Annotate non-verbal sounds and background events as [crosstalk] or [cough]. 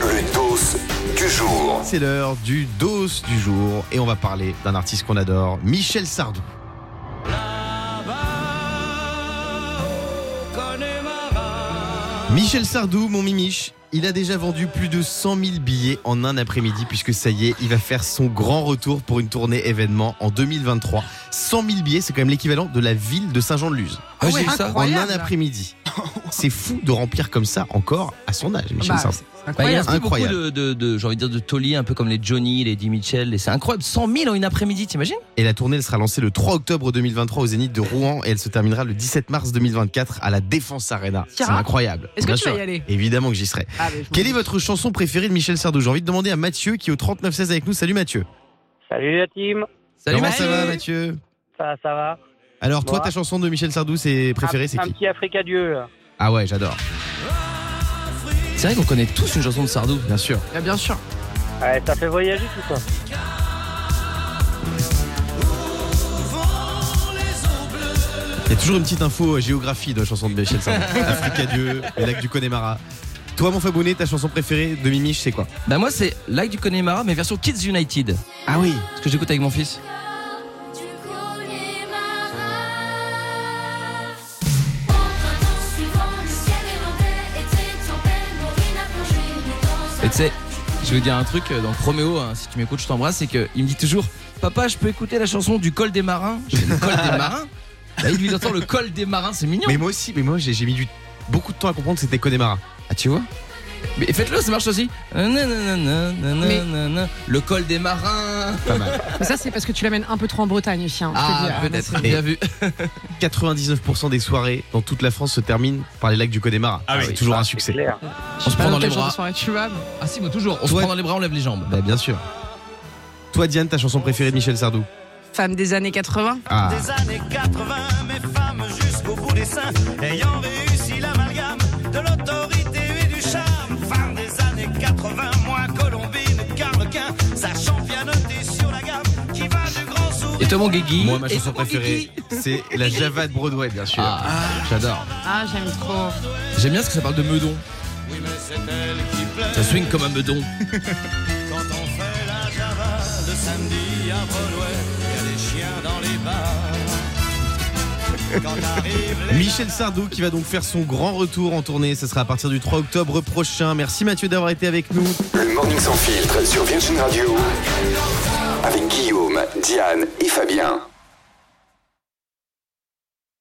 Le dos du jour. C'est l'heure du dos du jour et on va parler d'un artiste qu'on adore, Michel Sardou. Ah, Michel Sardou, mon mimiche, il a déjà vendu plus de 100 000 billets en un après-midi puisque ça y est, il va faire son grand retour pour une tournée événement en 2023. 100 000 billets, c'est quand même l'équivalent de la ville de Saint-Jean-de-Luz. Ah, j'ai vu En ça. un Incroyable. [laughs] après-midi. C'est fou de remplir comme ça encore à son âge, Michel Bah, Sardou. Bah, il Incroyable. a pris beaucoup Incroyable. de, de, de- j'ai envie de dire, de tauliers, un peu comme les Johnny, les Eddie Mitchell. et C'est incroyable, 100 000 en une après-midi, t'imagines Et la tournée elle sera lancée le 3 octobre 2023 au Zénith de Rouen et elle se terminera le 17 mars 2024 à la Défense Arena. C'est Tira. incroyable. Est-ce que Bien tu sûr. vas y aller Évidemment que j'y serai. Ah, mais je m'en Quelle est doute. votre chanson préférée de Michel Sardou J'ai envie de demander à Mathieu qui est au 3916 avec nous. Salut Mathieu. Salut la team, Salut, Comment Mathieu. ça va Mathieu ça, ça va Alors toi Moi. Ah, ta chanson de Michel Sardou c'est préférée Un- c'est Un qui petit Africa Dieu. là. Ah ouais j'adore. C'est vrai qu'on connaît tous une chanson de Sardou. Bien sûr. Ah, Bien sûr. Ouais, ça fait voyager tout ça. Il y a toujours une petite info euh, géographie dans la chanson de Michel Sardou. Afrique à Dieu, les lacs du Connemara. Toi mon Fabonnet, ta chanson préférée de Mimiche c'est quoi Bah, moi, c'est Like du Connemara, mais version Kids United. Ah oui. Ce que j'écoute avec mon fils. Du Connemara. En printemps suivant, le ciel irlandais était en peine. Maureen a plongé dans un Et tu sais, je vais dire un truc euh, dans Proméo, hein, si tu m'écoutes, je t'embrasse, c'est qu'il me dit toujours Papa, je peux écouter la chanson du col des marins Je dis, Le col [laughs] des marins Bah, il lui entend le col des marins, c'est mignon. Mais moi aussi, mais moi j'ai j'ai mis du, beaucoup de temps à comprendre que c'était Connemara. Ah, tu vois Mais faites-le, ça marche aussi. Nananana, nananana, Le col des marins. Pas mal. [laughs] [laughs] Mais ça, c'est parce que tu l'amènes un peu trop en Bretagne aussi. hein, je te le dis. Ah, Ah, mais peut-être. c'est- Bien vu. 99% des soirées dans toute la France se terminent par les lacs du Connemara. Ah c'est oui, toujours ça, un c'est succès. clair. je On sais se pas prend dans quel les genre de bras. soirée tu vas, mais- Ah, si, moi toujours. On se Toi- prend dans les bras, on lève les jambes. Bah, bien sûr. Toi, Diane, ta chanson préférée de Michel Sardou Femme des années 80. Ah, Des années 80, mes femmes jusqu'au bout des seins, ayant réussi l'amalgame de l'autorité et du charme. Femme des années 80, moi Colombine, Carlequin, sa championneté sur la gamme, qui va du grand sourire. Et toi, mon Guigui moi, ma Et chanson toi, mon préférée, Guigui [laughs] c'est la Java de Broadway, bien sûr. Ah, J'adore. Ah, j'aime trop. J'aime bien ce que ça parle de meudon. Oui, mais c'est elle qui Ça pleure swing comme un meudon. quand on fait la java le samedi à Broadway. Y a des chiens dans les bars. Quand arrivent les Michel Sardou qui va donc faire son grand retour en tournée. Ce sera à partir du 3 octobre prochain. Merci Mathieu d'avoir été avec nous. Le morning sans filtre sur Virgin Radio. Avec Guillaume, Diane et Fabien.